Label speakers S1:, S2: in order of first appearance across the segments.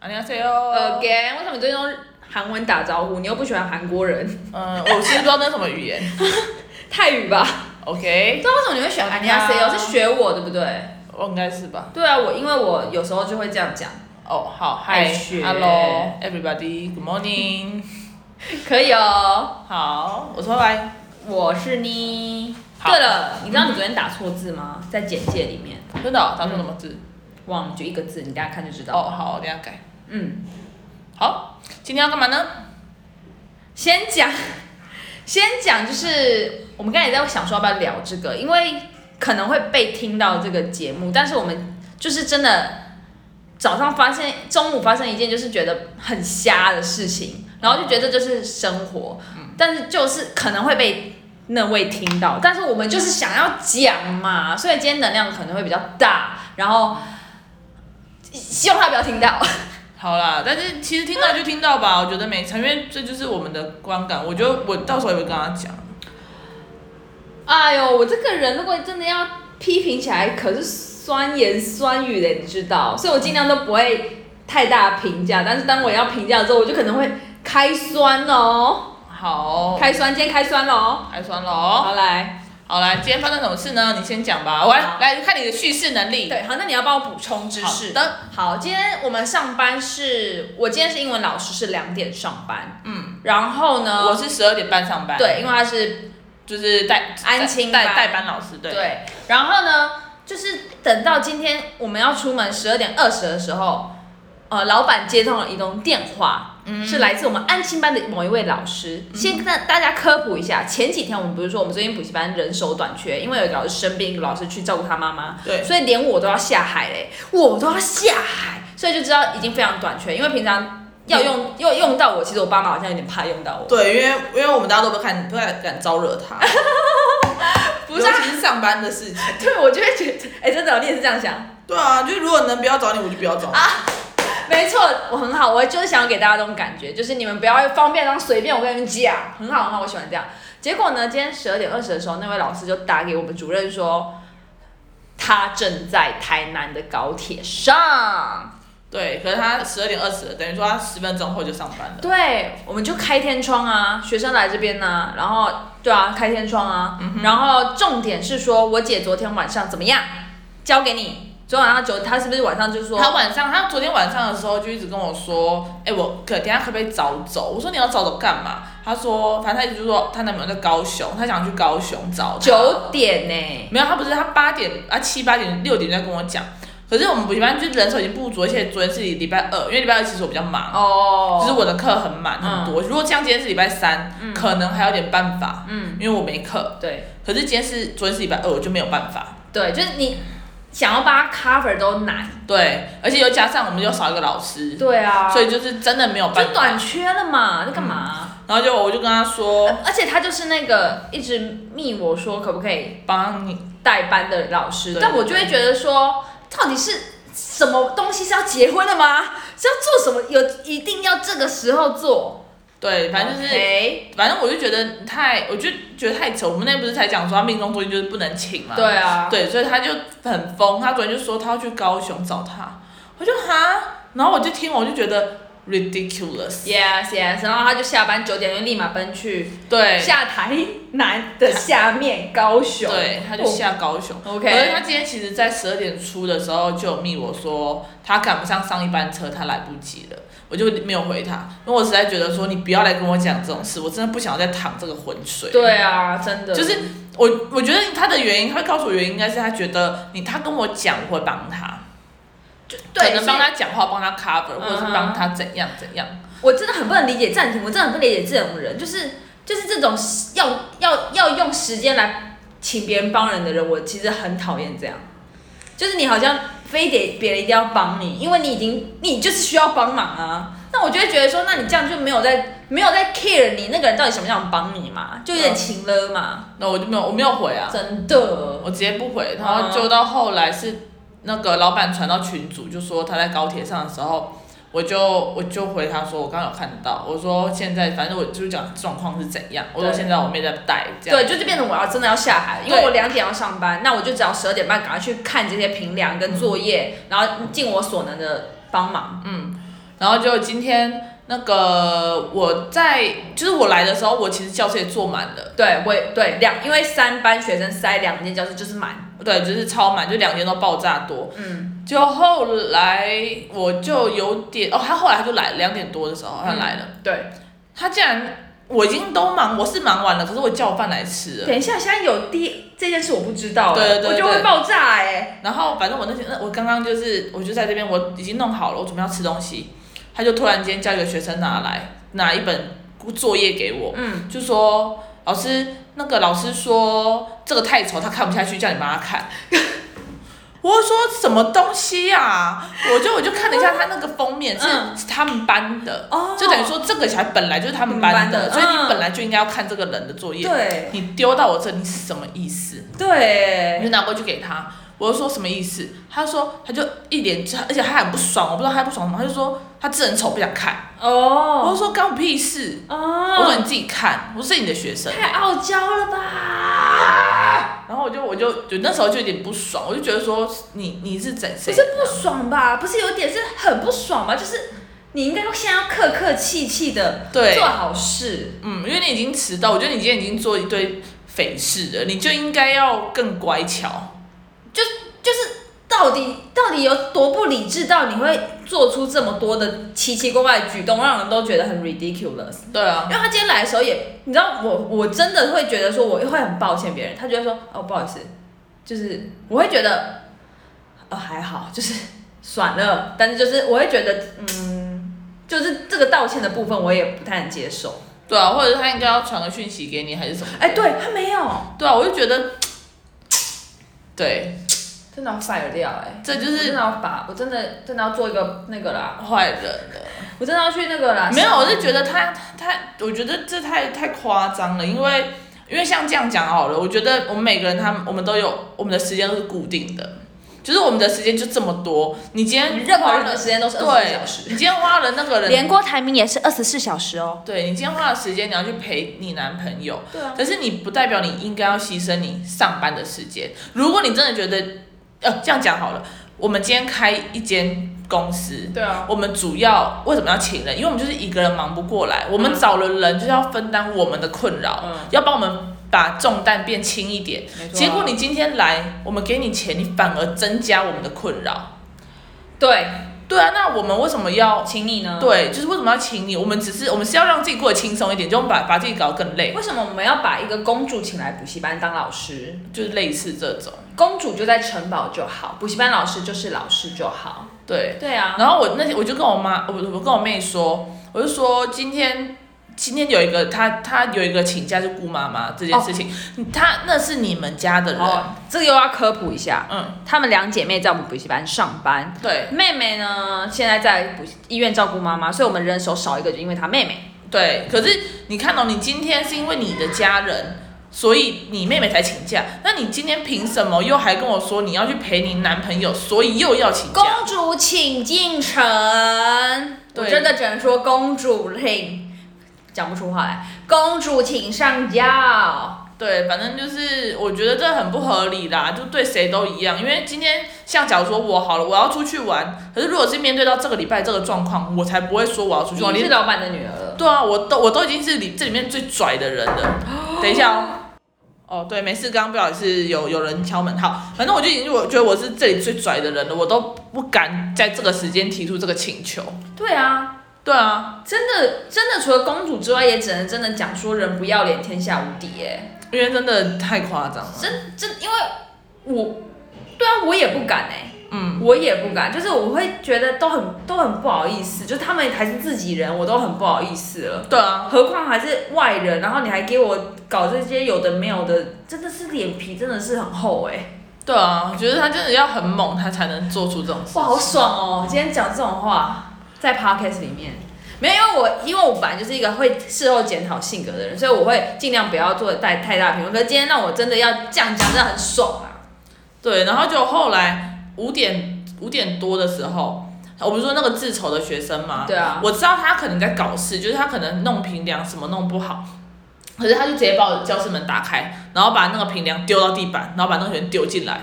S1: 안녕하세요。
S2: Again，为什么你最近用韩文打招呼？你又不喜欢韩国人，
S1: 嗯，我其实不知道那是什么语言。
S2: 泰语 吧？
S1: OK，
S2: 对啊，为什么你会 选 a n y C O？是学我对不对？
S1: 我应该是吧。
S2: 对啊，我因为我有时候就会这样讲，
S1: 哦，好
S2: 爱
S1: 嗨
S2: 学
S1: ，Hello everybody，Good morning。
S2: 可以哦。
S1: 好，我是拜拜。
S2: 我是妮。
S1: 好
S2: 对了，你知道你昨天打错字吗？在简介里面
S1: 真的哦，打错什么字？
S2: 忘了，就一个字，你大家看就知道。
S1: 哦，好，我等一下改。
S2: 嗯，
S1: 好，今天要干嘛呢？
S2: 先讲， 先讲，就是我们刚才也在想说要不要聊这个，因为可能会被听到这个节目，但是我们就是真的早上发现，中午发生一件就是觉得很瞎的事情，然后就觉得这就是生活，但是就是可能会被那位听到，但是我们就是想要讲嘛，所以今天能量可能会比较大，然后希望他不要听到。
S1: 好啦，但是其实听到就听到吧，我觉得没差，因为这就是我们的观感。我觉得我到时候也会跟他讲。
S2: 哎呦，我这个人如果真的要批评起来，可是酸言酸语的，你知道，所以我尽量都不会太大评价。但是当我要评价之后，我就可能会开酸哦，
S1: 好，
S2: 开酸，今天开酸了哦。
S1: 开酸了哦。
S2: 好来，
S1: 好啦，今天发生什么事呢？你先讲吧，我来
S2: 好
S1: 来看你的叙事能力。
S2: 对，好，那你要帮我补充知
S1: 好
S2: 识。
S1: 的，
S2: 好，今天我们上班是，我今天是英文老师，是两点上班，
S1: 嗯，
S2: 然后
S1: 我
S2: 呢，
S1: 是十二点半上班。。
S2: 对，因为他是
S1: 就是带
S2: 安亲
S1: 带
S2: 班
S1: 带班老师，对，
S2: 对，然后呢，就是等到今天我们要出门十二点二十的时候，呃，老板接通了一通电话，是来自我们安亲班的某一位老师。先跟大家科普一下，前几天我们不是说我们最近补习班人手短缺，因为有一个老师生病，一个老师去照顾他妈妈，
S1: 对
S2: 所以连我都要下海嘞，我都要下海，所以就知道已经非常短缺，因为平常要用要用到我，其实我爸妈好像有点怕用到我，
S1: 对，因为因为我们大家都不敢不敢敢招惹他，
S2: 不是、啊
S1: 尤，其是上班的事情。
S2: 对我就会觉得，哎、真的，你也是这样想。
S1: 对啊，就如果能不要找你，我就不要找你。
S2: 啊没错，我很好，我就是想要给大家这种感觉，就是你们不要方便当随便，我跟你们讲，很好很好，我喜欢这样。结果呢，今天十二点二十的时候，那位老师就打给我们主任说，他正在台南的高铁上。
S1: 对，可是他十二点二十，等于说他十分钟后就上班了。
S2: 对，我们就开天窗啊，学生来这边呢、然后对啊，开天窗啊，然后重点是说我姐昨天晚上怎么样，交给你。昨天晚上九，她是不是晚上就说
S1: 他晚上，他昨天晚上的时候就一直跟我说，哎、我可等一下可不可以早走？我说你要早走干嘛？他说，反正他一直就说他男朋友在高雄，他想去高雄找他
S2: 九点呢、
S1: 没有，他不是他八点啊七八点六点就在跟我讲，可是我们补习班就人手已经不足，而且昨天是礼拜二，因为礼拜二其实我比较忙，
S2: 哦，
S1: 就是我的课很满
S2: 嗯
S1: 很多。如果像今天是礼拜三，可能还有点办法，
S2: 嗯，
S1: 因为我没课。
S2: 对。
S1: 可是今天是昨天是礼拜二，我就没有办法。
S2: 对，就是你想要把它 cover 都难。
S1: 对，而且又加上我们又少一个老师，
S2: 对啊
S1: 所以就是真的没有办法。
S2: 就短缺了嘛，那干嘛？
S1: 然后就我就跟他说，
S2: 而且他就是那个一直密我说可不可以
S1: 帮你
S2: 代班的老师，
S1: 对
S2: 但我就会觉得说，到底是什么东西是要结婚的吗？是要做什么？有一定要这个时候做？
S1: 对，反正就是
S2: OK，
S1: 反正我就觉得太，我就觉得太扯。我们那不是才讲说他命中注定就是不能请嘛，
S2: 对啊，
S1: 对，所以他就很疯，他昨天就说他要去高雄找他，我就哈，然后我就听我就觉得 ridiculous，
S2: ，yes yes，然后他就下班九点就立马奔去
S1: 对
S2: 下台南的下面高雄，
S1: 对，他就下高雄。
S2: 哦
S1: 可是他
S2: ，OK，
S1: 今天其实，在十二点出的时候就有密我说他赶不上上一班车，他来不及了，我就没有回他，因为我实在觉得说你不要来跟我讲这种事，我真的不想要再淌这个浑水。
S2: 对啊，真的
S1: 就是我我觉得他的原因，他会告诉我原因，应该是他觉得你他跟我讲，我会帮他，
S2: 就
S1: 可
S2: 对，
S1: 能
S2: 所以
S1: 帮他讲话，帮他 cover，或者
S2: 嗯
S1: 是
S2: 哼
S1: 帮他怎样怎样。
S2: 我真的很不能理解暂停，我真的很不能理解这种人，就是就是这种要要要用时间来请别人帮人的人，我其实很讨厌这样。就是你好像非得别人一定要帮你，因为你已经你就是需要帮忙啊。那我就会觉得说，那你这样就没有在没有在 care 你那个人到底想不想帮你嘛，就有点情了嘛，
S1: 那我就没有我没有回啊，
S2: 嗯真的。
S1: 我直接不回。然
S2: 嗯
S1: 后就到后来是那个老板传到群组，就说他在高铁上的时候，我就我就回他说我刚刚有看到，我说现在反正我就是讲状况是怎样，我说
S2: 对
S1: 现在我妹在带这样。
S2: 对，就是变成我要真的要下海，因为
S1: 对
S2: 我两点要上班，那我就只要十二点半嗯赶快去看这些评量跟作业，然后尽我所能的帮忙。
S1: 嗯，然后就今天那个我在就是我来的时候，我其实教室也坐满了，
S2: 对，我也对两，因为三班学生塞两间教室就是满，
S1: 对，就是超满，就两间都爆炸多。
S2: 嗯，
S1: 就后来我就有点哦，他后来他就来两点多的时候他来了，
S2: 对。
S1: 他竟然我已经都忙，我是忙完了，可是我叫我饭来吃了。
S2: 等一下，现在有第这件事我不知道，
S1: 对对对
S2: 我就会
S1: 对
S2: 爆炸哎、
S1: 然后反正我那天，那我刚刚就是，我就在这边，我已经弄好了，我准备要吃东西，他就突然间叫一个学生拿来拿一本作业给我，
S2: 嗯，
S1: 就说老师，那个老师说这个太丑，他看不下去，叫你帮他看。 我就说什么东西呀、我就我就看了一下他那个封面是、
S2: 嗯
S1: 是他们班的，
S2: 哦
S1: 就等于说这个小孩本来就是他们班的，
S2: 你们班的
S1: 所以
S2: 嗯
S1: 你本来就应该要看这个人的作业。
S2: 对
S1: 你丢到我这，你什么意思？我
S2: 对，
S1: 就拿过去给他，我就说什么意思？他说他就一脸，而且他很不爽，我不知道他不爽什么，他就说他字很丑，不想看。我
S2: 哦
S1: 就说干我屁事！我说
S2: 哦，
S1: 你自己看，我是你的学生。
S2: 太傲娇了吧？
S1: 然后我就我就就那时候就有点不爽，我就觉得说你你是怎
S2: 不
S1: 谁？
S2: 是不爽吧？不是有点是很不爽吧？就是你应该现在要客客气气的
S1: 对
S2: 做好事，
S1: 嗯，因为你已经迟到，我觉得你今天已经做一堆匪事了，你就应该要更乖巧。
S2: 就是到底到底有多不理智到你会做出这么多的奇奇怪怪的举动，让人都觉得很 ridiculous。
S1: 对啊
S2: 因，为他今天来的时候也，你知道我我真的会觉得说我会很抱歉别人，他觉得说哦不好意思，就是我会觉得，呃还好，就是算了，但是就是我会觉得嗯，就是这个道歉的部分我也不太能接受。
S1: 对啊，或者是他应该要传个讯息给你还是什么？
S2: 哎、对他没有，
S1: 对啊，我就觉得，对，
S2: 真的要 fire 掉哎、
S1: 这就
S2: 我真
S1: 是
S2: 的要把，我真的真的要做一个那个啦，
S1: 坏人了。
S2: 我真的要去那个啦。
S1: 没有，
S2: 上
S1: 我是觉得他他，我觉得这太太夸张了，因为因为像这样讲好了，我觉得我们每个人他们我们都有我们的时间都是固定的，就是我们的时间就这么多，你今天
S2: 你任何
S1: 花
S2: 人的
S1: 了
S2: 时间都是二十
S1: 对
S2: 小，时，
S1: 你今天花了那个人，
S2: 郭台铭也是二十四小时哦。
S1: 对你今天花了时间，你要去陪你男朋友，
S2: 对啊，
S1: 可是你不代表你应该要牺牲你上班的时间。如果你真的觉得，呃，这样讲好了，我们今天开一间公司，
S2: 对啊，
S1: 我们主要为什么要请人？因为我们就是一个人忙不过来，我们找了人就是要分担我们的困扰，
S2: 嗯，
S1: 要帮我们把重担变轻一点。
S2: 没错啊
S1: 结果你今天来，我们给你钱，你反而增加我们的困扰。
S2: 对，
S1: 对啊，那我们为什么要？
S2: 请你呢？
S1: 对，就是为什么要请你？我们只是我们是要让自己过得轻松一点，就我们把把自己搞得更累，
S2: 为什么我们要把一个公主请来补习班当老师？
S1: 就是类似这种。
S2: 公主就在城堡就好，补习班老师就是老师就好。
S1: 对，
S2: 对啊，
S1: 然后我那天我就跟我妈，我我跟我妹说，我就说今天今天有一个她她有一个请假就顾妈妈这件事情，她那是你们家的人，
S2: 哦，这个又要科普一下，
S1: 嗯，
S2: 她们两姐妹在我们补习班上班，
S1: 对
S2: 妹妹呢现在在补习医院照顾妈妈，所以我们人手少一个，就因为她妹妹。
S1: 对。可是你看哦，你今天是因为你的家人，所以你妹妹才请假，那你今天凭什么又还跟我说你要去陪你男朋友，所以又要请假？
S2: 公主请进城，我
S1: 对
S2: 真的只能说公主请，讲不出话来。公主请上轿，
S1: 对，反正就是我觉得这很不合理啦，就对谁都一样。因为今天像假如说我好了，我要出去玩，可是如果是面对到这个礼拜这个状况，我才不会说我要出去玩。
S2: 你是
S1: 连
S2: 老板的女儿了。
S1: 对啊，我都我都已经是里这里面最拽的人 了。等一下哦。哦，对，没事，刚刚不好意思，有有人敲门，好，反正我就已经我觉得我是这里最拽的人了，我都不敢在这个时间提出这个请求。
S2: 对啊，
S1: 对啊，
S2: 真的，真的，除了公主之外，也只能真的讲说人不要脸，天下无敌耶、
S1: 因为真的太夸张了。
S2: 真真，因为我，对啊，我也不敢哎、
S1: 嗯，
S2: 我也不敢，就是我会觉得都很都很不好意思，就他们还是自己人，我都很不好意思了，
S1: 对啊，
S2: 何况还是外人，然后你还给我搞这些有的没有的，真的是脸皮真的是很厚哎、
S1: 对啊，我觉得他真的要很猛，他才能做出这种事情。
S2: 哇，好爽哦！今天讲这种话，在 podcast 里面，没有，因为我因为我本来就是一个会事后检讨性格的人，所以我会尽量不要做太太大的评论。可是今天让我真的要这样讲，真的很爽啊！
S1: 对，然后就后来五点五点多的时候，我不是说那个自筹的学生吗？
S2: 对啊，
S1: 我知道他可能在搞事，就是他可能弄平梁什么弄不好，可是他就直接把我的教室门打开，然后把那个平梁丢到地板，然后把那个学生丢进来，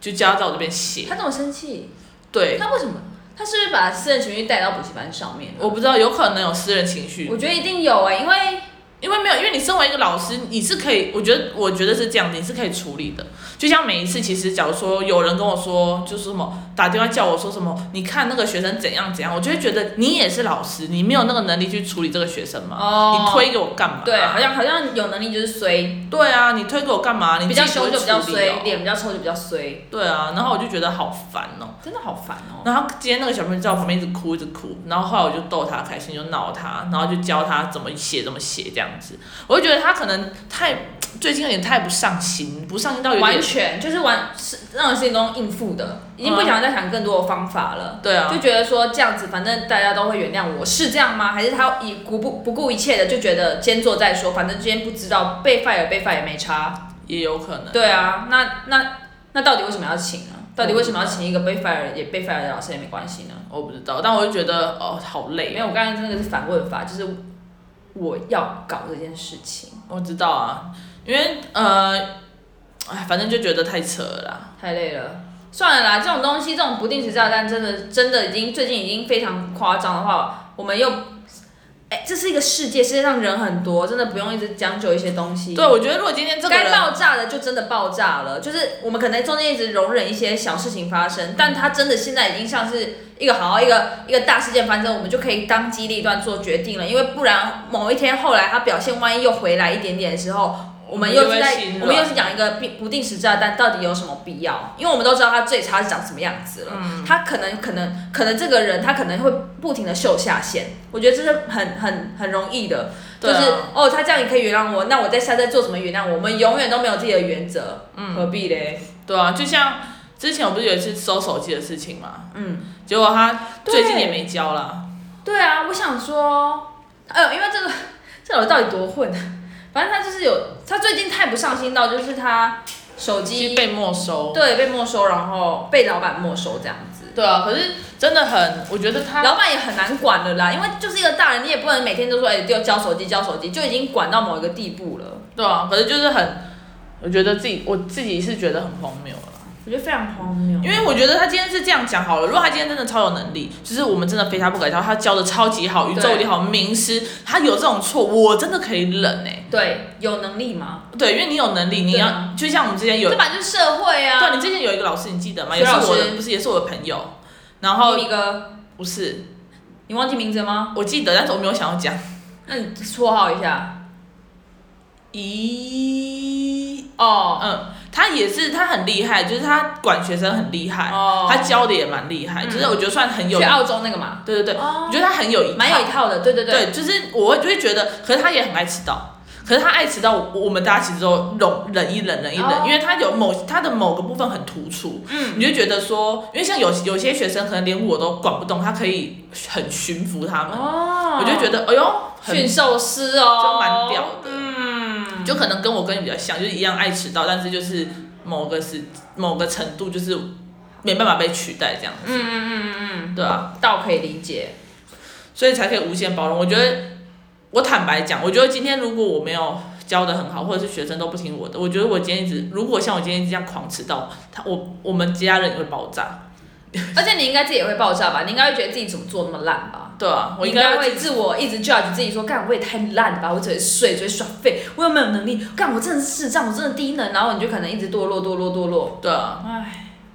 S1: 就叫他在我这边写。
S2: 他这么生气，
S1: 对，
S2: 他为什么？他是不是把私人情绪带到补习班上面？啊
S1: 我不知道，有可能有私人情绪
S2: 我，觉得一定有哎、因为
S1: 因为没有，因为你身为一个老师，你是可以，我觉得我觉得是这样子，你是可以处理的。就像每一次，其实假如说有人跟我说，就是什么打电话叫我说什么，你看那个学生怎样怎样，我就会觉得你也是老师，你没有那个能力去处理这个学生嘛，
S2: 哦，
S1: 你推给我干嘛？
S2: 对，好像好像有能力就是衰，
S1: 对啊，你推给我干嘛？你
S2: 比较
S1: 自己不
S2: 凶
S1: 会
S2: 就比较
S1: 处理
S2: 衰，
S1: 哦
S2: 脸比较臭就比较衰，
S1: 对啊，然后我就觉得好烦哦、
S2: 真的好烦哦。
S1: 然后今天那个小朋友在我旁边一直哭，一直哭。然后后来我就逗他开心，就闹他，然后就教他怎么写，怎么写这样子。我就觉得他可能太最近有点太不上心，不上心到有
S2: 完
S1: 点
S2: 全就是完是那种事情都应付的，已经不想再想更多的方法了。
S1: 对啊
S2: 就，觉得说这样子，反正大家都会原谅我，是这样吗？还是他以不不不顾一切的就觉得先做再说，反正今天不知道被 fire 被 fire 也没差。
S1: 也有可能。
S2: 对啊，那那那到底为什么要请呢？到底为什么要请一个被 fire 也被 fire 的老师也没关系呢？
S1: 我不知道，啊但我就觉得哦，好
S2: 没
S1: 累。
S2: 有，我刚才真的是反问法，就是我要搞这件事情
S1: 我知道啊，因为呃，哎，反正就觉得太扯了啦。
S2: 太累了。算了啦，这种东西，这种不定时炸弹，真的真的已经最近已经非常夸张的话，我们又，哎、这是一个世界，世界上人很多，真的不用一直将就一些东西。
S1: 对，我觉得如果今天这个
S2: 该
S1: 人，
S2: 爆炸的就真的爆炸了，就是我们可能中间一直容忍一些小事情发生，但它真的现在已经像是一个好一个一个大事件发生，我们就可以当机立断做决定了，因为不然某一天后来它表现万一又回来一点点的时候。我们又
S1: 我们
S2: 是
S1: 就会
S2: 在
S1: 心，软
S2: 我们又是讲一个不不定时炸弹，到底有什么必要？因为我们都知道它最差是长什么样子了。他可能可能可能这个人他可能会不停的秀下限，我觉得这是很很很容易的，就
S1: 对
S2: 是、
S1: 啊
S2: 哦，他这样也可以原谅我，那我在下次再做什么原谅我？我们永远都没有自己的原则，
S1: 嗯
S2: 何必嘞？
S1: 对啊，就像之前我不是有一次收手机的事情嘛，
S2: 嗯，
S1: 结果他最近
S2: 对
S1: 也没交啦。
S2: 对啊，我想说，呃，因为这个这老人到底多混，啊反正他就是有，他最近太不上心到，就是他手
S1: 机
S2: 机
S1: 被没收。
S2: 对被没收，然后被老板没收这样子。
S1: 对啊，可是真的很，我觉得他
S2: 老板也很难管了啦，因为就是一个大人，你也不能每天都说哎，就交手机交手机，就已经管到某一个地步了。
S1: 对啊，可是就是很，我觉得自己我自己是觉得很荒谬了，
S2: 我觉得非常荒谬
S1: 因为我觉得他今天是这样讲好了，如果他今天真的超有能力，就是我们真的非他不可，然后他教的超级好，宇宙里好名师，他有这种错，我真的可以忍哎、
S2: 对，有能力吗？
S1: 对，因为你有能力，你
S2: 对
S1: 要、
S2: 啊
S1: 就像我们之前有，
S2: 这
S1: 对
S2: 本来就是社会啊。
S1: 啊，你之前有一个老师你记得吗？
S2: 徐
S1: 也是
S2: 老师
S1: 我的，不是也是我的朋友，然后
S2: 一个，
S1: 不是
S2: 你忘记名字了吗？
S1: 我记得，但是我没有想要讲，
S2: 那你绰号一下。
S1: 咦，
S2: 哦
S1: 嗯，他也是他很厉害，就是他管学生很厉害。
S2: 哦，
S1: 哎他教的也蛮厉害，
S2: 嗯
S1: 就是我觉得算很有
S2: 去，澳洲那个嘛，
S1: 对对对，
S2: 哦
S1: 我觉得他很有一套，
S2: 蛮有一套的，对对对。
S1: 对，就是我会就会觉得，可是他也很爱迟到，可是他爱迟到，我我们大家其实都忍忍一忍，忍一忍，
S2: 哦
S1: 因为他有某他的某个部分很突出，
S2: 嗯，
S1: 你就觉得说，因为像有有些学生可能连我都管不动，他可以很驯服他们，
S2: 哦，
S1: 我就觉得哎呦，很
S2: 驯兽师哦，
S1: 就蛮屌的
S2: 嗯，
S1: 就可能跟我跟你比较像，就是一样爱迟到，但是就是某个是某个程度就是没办法被取代这样
S2: 嗯
S1: 子，
S2: 嗯嗯嗯
S1: 对啊。
S2: 嗯，倒可以理解。
S1: 所以才可以无限包容。我觉得，我坦白讲，我觉得今天如果我没有教的很好，或者是学生都不听我的，我觉得我今天一直，如果像我今天这样狂迟到，他我我们家人也会爆炸。
S2: 而且你应该自己也会爆炸吧？你应该会觉得自己怎么做那么烂吧？
S1: 对啊，我
S2: 你
S1: 应
S2: 应该
S1: 该会
S2: 会自我一直 judge 自己说，干我也太烂了吧，我只会睡，只会耍废，我又没有能力，干我真的是智障，我真的低能，然后你就可能一直堕落堕落堕落。
S1: 对啊，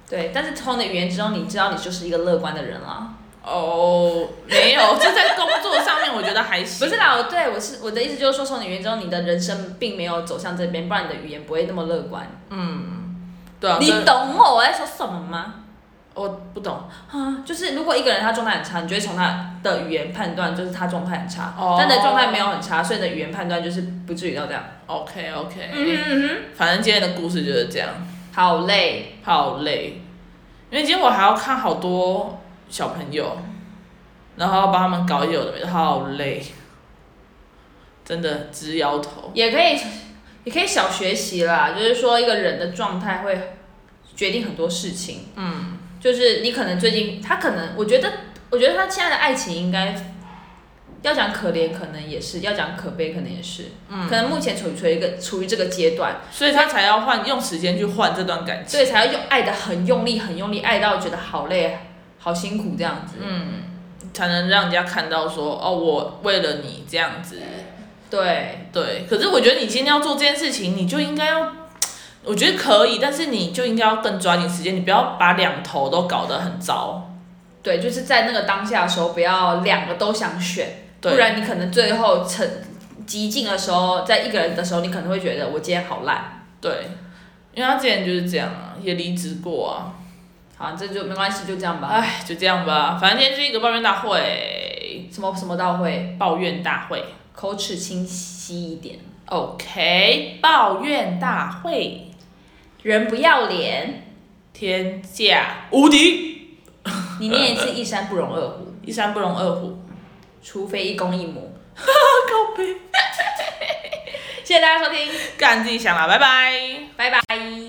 S2: 对，但是从你的语言之中，你知道你就是一个乐观的人啦。
S1: 哦，没有，就在工作上面，我觉得还行。
S2: 不是啦，我对我是我的意思就是说，从你语言之中，你的人生并没有走向这边，不然你的语言不会那么乐观。
S1: 对啊，
S2: 你
S1: 跟
S2: 懂我在说什么吗？
S1: 我不懂，
S2: 啊，就是如果一个人他状态很差，你就会从他的语言判断，就是他状态很差。
S1: 哦
S2: 但你的状态没有很差，所以你的语言判断就是不至于到这样。
S1: OK OK，、
S2: 嗯
S1: 反正今天的故事就是这样，
S2: 哼，好累。
S1: 好累，因为今天我还要看好多小朋友，然后要帮他们搞一些有的没的，好累，真的直摇头。
S2: 也可以，也可以小学习啦，就是说一个人的状态会决定很多事情。嗯，就是你可能最近他可能，我觉得，我觉得他现在的爱情应该要讲可怜，可能也是要讲可悲，可能也是，嗯，可能目前处于处于一个处于这个阶段，
S1: 所以他才要换用时间去换这段感情。
S2: 所以才要用爱的很用力，很用力，爱到觉得好累，好辛苦这样子。
S1: 才能让人家看到说哦，我为了你这样子，
S2: 对，
S1: 对。可是我觉得你今天要做这件事情，你就应该要，我觉得可以，但是你就应该要更抓紧时间，你不要把两头都搞得很糟。
S2: 对，就是在那个当下的时候，不要两个都想选，
S1: 对
S2: 不然你可能最后成极尽的时候，在一个人的时候，你可能会觉得我今天好烂。
S1: 对，因为他之前就是这样啊，也离职过啊。
S2: 好，这就没关系，就这样吧。
S1: 哎，就这样吧，反正今天是一个抱怨大会，
S2: 什么什么到会，
S1: 抱怨大会。
S2: 口齿清晰一点，
S1: OK，抱怨大会，
S2: 人不要脸。
S1: 天下无敌，
S2: 你念一次一山不容二虎，
S1: 一山不容二虎。
S2: 除非一公一母。
S1: 告别，
S2: 谢谢大家收听，
S1: 干自己想啦，拜拜。
S2: 拜拜。